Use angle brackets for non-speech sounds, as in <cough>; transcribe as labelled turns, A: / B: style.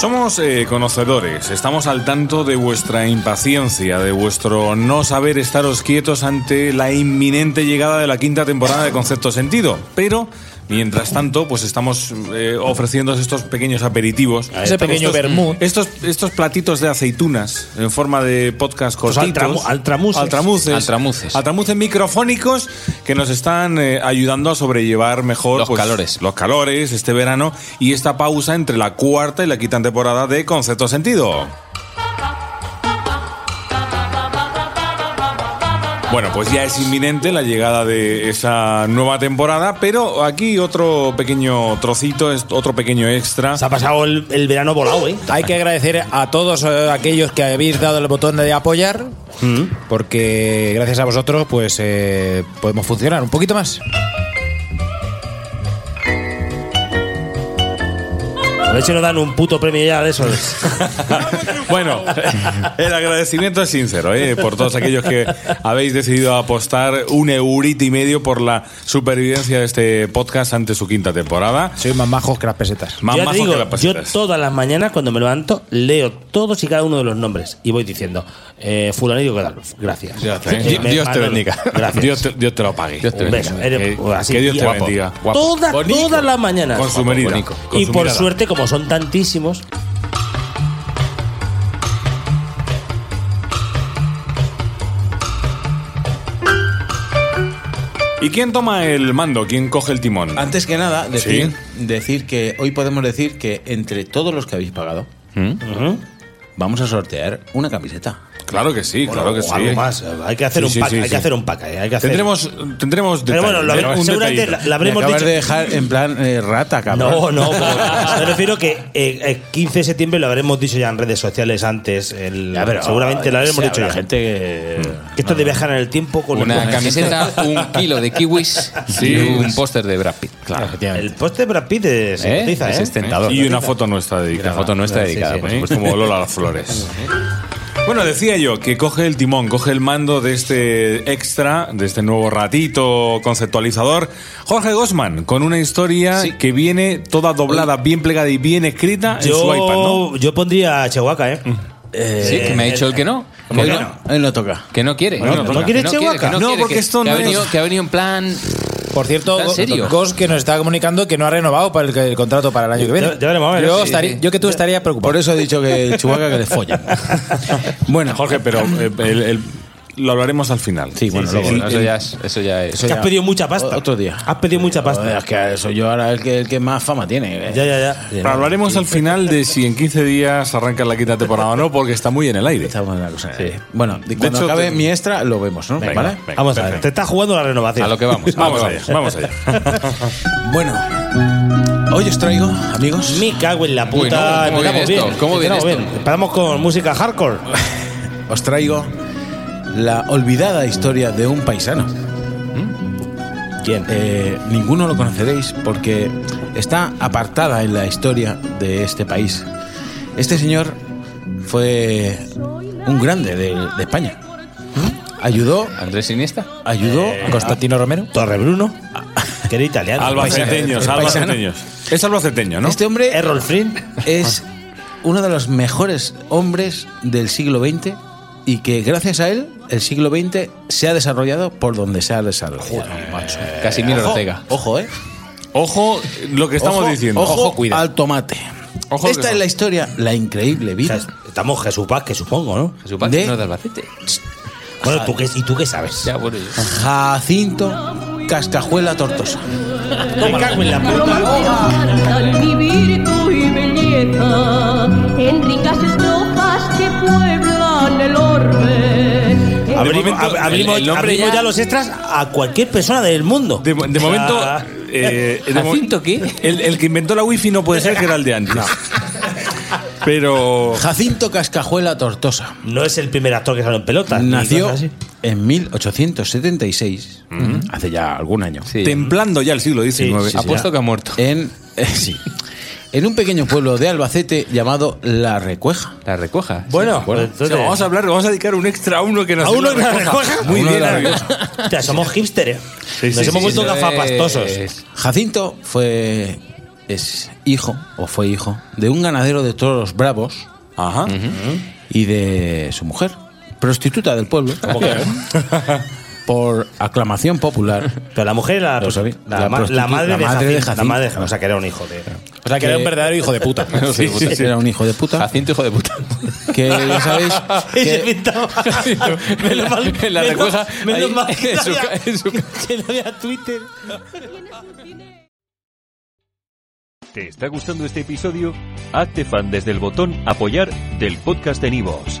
A: Somos eh, conocedores, estamos al tanto de vuestra impaciencia, de vuestro no saber estaros quietos ante la inminente llegada de la quinta temporada de Concepto Sentido. Pero, mientras tanto, pues estamos eh, ofreciendo estos pequeños aperitivos.
B: Ese pequeño
A: estos,
B: vermut.
A: Estos, estos platitos de aceitunas en forma de podcast
B: Pues
A: cortitos.
B: altramu- altramuces.
A: Altramuces.
C: Altramuces.
A: Altramuces microfónicos que nos están eh, ayudando a sobrellevar mejor pues,
C: Los calores.
A: los calores este verano y esta pausa entre la cuarta y la quinta temporada de Concepto Sentido. Bueno, pues ya es inminente la llegada de esa nueva temporada, pero aquí otro pequeño trocito, es- otro pequeño extra.
B: Se ha pasado el, el verano volado, ¿eh?
D: Hay que agradecer a todos eh, aquellos que habéis dado el botón de apoyar,
B: Mm.
D: porque gracias a vosotros pues eh, podemos funcionar un poquito más.
B: A ver si nos dan un puto premio ya de esos.
A: <laughs> Bueno, el agradecimiento es sincero, ¿eh? por todos aquellos que habéis decidido apostar un eurito y medio por la supervivencia de este podcast ante su quinta temporada.
D: Sois más majos que las pesetas.
A: Más
B: yo ya te
A: majos
B: digo,
A: que las
B: yo
A: pesetas.
B: todas las mañanas cuando me levanto leo todos y cada uno de los nombres y voy diciendo eh, fulanillo ¿qué tal? gracias. Eh,
A: Dios-
B: me-
A: Dios te
B: Manolo,
A: bendiga.
B: Gracias.
A: Dios te, Dios te lo pague.
C: Dios te
B: Un beso,
C: bendiga.
B: eres- pues,
A: Que-
B: así,
A: que Dios te
B: guapo.
A: bendiga. Guapo.
B: Todas,
A: Bonito.
B: todas las mañanas.
A: Con su medida.
C: Bonico.
A: con
B: y
A: su
B: por
A: mirada.
B: suerte, como son tantísimos,
A: ¿Y quién toma el mando? ¿Quién coge el timón?
B: Ah,
E: Antes que nada, decir, decir que hoy podemos decir que entre todos los que habéis pagado,
B: Mm.
E: vamos a sortear una camiseta.
A: Claro que sí, claro que
B: o
A: sí.
B: algo más. Hay que hacer
A: Sí,
B: un
A: sí,
B: pack,
A: sí,
B: hay
A: sí.
B: que hacer un pack, eh, hay que hacer-
A: Tendremos, tendremos
B: Pero bueno, lo
A: detalle,
B: habremos-
A: un
B: seguramente
A: detallito.
B: la, la habremos
E: Me acabas
B: dicho.
E: de dejar en plan eh, rata, cabrón.
B: No, no,
A: <laughs>
B: pero me refiero que eh, el 15 de septiembre lo habremos dicho ya en redes sociales antes. el-
E: Ya, pero-
B: seguramente lo habremos
E: sí,
B: dicho
E: habrá
B: ya.
E: gente que...
B: Que esto de viajar en el tiempo con
C: Una
B: el,
C: camiseta, un kilo de kiwis y un póster de Brad Pitt. Claro.
B: el post de Brad Pitt es,
C: ¿Eh?
B: cotiza,
C: Es
B: ¿eh?
C: ostentador.
A: Y una foto nuestra dedicada.
C: La foto no está dedicada, por
A: ¿Eh?
C: supuesto.
A: Como Lola
C: <laughs>
A: Flores. Bueno, decía yo que coge el timón, coge el mando de este extra, de este nuevo ratito conceptualizador, Jorge Gosman, con una historia
C: Sí.
A: que viene toda doblada, bien plegada y bien escrita en su iPad, ¿no?
B: Yo, yo pondría a Chihuahua, ¿eh? Eh,
C: Sí, que me ha dicho el que no.
E: ¿Cómo
C: Que
E: que
C: no.
E: no? Él no toca.
C: Que no quiere.
A: Bueno, ¿no
B: quiere
C: que
B: Chewbacca?
A: No,
C: que quiere,
A: porque
C: que-
A: esto
C: que ha
A: no es-
C: venido, Que ha venido en plan...
D: Por cierto,
C: ¿Está en
D: Go-
C: serio?
D: Gos que nos está comunicando que no ha renovado para el, el contrato para el año que viene.
B: Ya- ya veremos, a ver.
D: yo,
B: Sí,
D: estaría-
C: sí.
D: yo que tú estarías preocupado.
E: Por eso he dicho que el chihuahua que le follan. bueno,
A: Jorge, pero eh, el- el- lo hablaremos al final.
E: Sí, bueno, luego-
C: Bueno, eso ya es... Eso ya es.
B: que has pedido mucha pasta.
E: Otro día.
B: Has pedido mucha
E: Joder,
B: pasta.
E: es que soy yo ahora el que, el que más fama tiene. eh.
B: Ya, ya, ya.
A: Pero hablaremos al final de si en 15 días arranca la quinta temporada o no, porque está muy en el aire.
E: Está buena la cosa. eh. Bueno, de- cuando
A: hecho, te-
E: acabe mi extra lo vemos, ¿no?
A: Venga,
E: ¿Vale?
A: venga,
B: Vamos a ver.
A: perfecto.
B: Te está jugando la renovación.
C: A lo que vamos. a lo
A: Vamos
C: que
A: allá, vamos allá.
E: Bueno, hoy os traigo, amigos,
B: Me cago en la
C: Uy,
B: puta.
C: no, ¿cómo
B: empezamos
C: viene esto? ¿Cómo viene
B: empezamos
C: esto?
B: bien. Empezamos con música hardcore.
E: os traigo la olvidada historia de un paisano.
B: ¿Quién?
E: Eh, ninguno lo conoceréis porque está apartada en la historia de este país. Este señor fue un grande de, de España. Ayudó,
C: ¿Andrés Siniesta?
E: ayudó
D: Constantino Romero.
B: Torre Bruno. Que era italiano. Pues,
A: Albaceteños,
E: Paisano.
A: albaceteños. Es albaceteño, ¿no?
E: Este hombre
B: Errol eh, Flynn.
E: es uno de los mejores hombres del siglo XX y que gracias a él el siglo XX se ha desarrollado por donde se ha desarrollado.
C: Casimiro
E: Ojo,
C: Ortega.
E: Ojo, eh.
A: Ojo lo que estamos
E: Ojo,
A: diciendo.
E: Ojo, al tomate.
A: Ojo que
E: Esta es
A: son.
E: la historia, la increíble
B: O sea,
E: vida.
B: estamos Jesús Paz, que supongo, ¿no?
C: Su padre
E: de-
C: no es de Albacete.
B: Bueno, ¿tú qué, ¿y tú qué sabes?
C: Ya, bueno, yo-
E: Ah, Jacinto Cascajuela Tortosa.
B: Me cago en la puta.
F: Cantan mi virtud y belleza en ricas estrofas que pueblan el orbe.
A: De
B: Abrimos,
A: momento,
B: ab- abrimos-
A: el- el nombre
B: abrimos
A: ya-
B: ya... los extras a cualquier persona del mundo.
A: De, de
B: O sea,
A: momento.
B: <laughs>
A: eh, de mo-
C: ¿Jacinto qué?
A: El, el que inventó la wifi no puede ser que era el de antes. Pero.
E: Jacinto Cascajuela Tortosa.
B: No es el primer actor que sale en pelota. ni
E: Nació
B: cosas así.
E: en 1876,
A: Mm.
E: hace ya algún año,
C: sí.
A: Templando ya el siglo XIX.
B: sí, sí.
C: Apuesto que ha muerto.
E: en, eh, sí, en un pequeño pueblo de Albacete llamado La Recueja.
C: La recoja.
B: Bueno, pues
A: O sea,
B: entonces-
A: Ah, vamos a hablar, vamos a dedicar un extra a uno que nos
B: ¿A uno que nos recoja?
A: Muy
B: A uno
A: bien,
B: que nos
A: Ariel.
B: <laughs> O sea, somos hipsters. Nos
A: sí,
B: hemos
A: sí,
B: vuelto
C: sí.
B: gafapastosos.
C: Es-
E: Jacinto fue es hijo o fue hijo de un ganadero de toros bravos ¿eh?
A: Ajá.
E: y de su mujer, prostituta del pueblo,
B: Como que-
E: <laughs> por aclamación popular.
B: Pero la mujer era la,
E: Lo sabía.
B: la
E: La
B: ma-
E: prostitu-
B: la madre,
E: la madre
B: de
E: de
B: Jacinto.
E: Jacinto.
B: La madre de Jacinto. O sea, que era un hijo de...
D: O sea, que era un verdadero hijo de
E: <laughs>
D: puta.
B: <laughs>
A: Sí, sí, sí.
E: Era un hijo de puta.
C: Jacinto, hijo de puta.
E: Que ya sabéis. <laughs>
B: Y se
E: que-
B: pintaba.
C: En la- en la recueja,
B: Menos
C: ahí,
B: mal que
C: en
B: no
C: su ca-
B: había-
C: en su ca-
B: que no había Twitter.
G: ¿Te está gustando este episodio? Hazte fan desde el botón Apoyar del podcast de Nivos.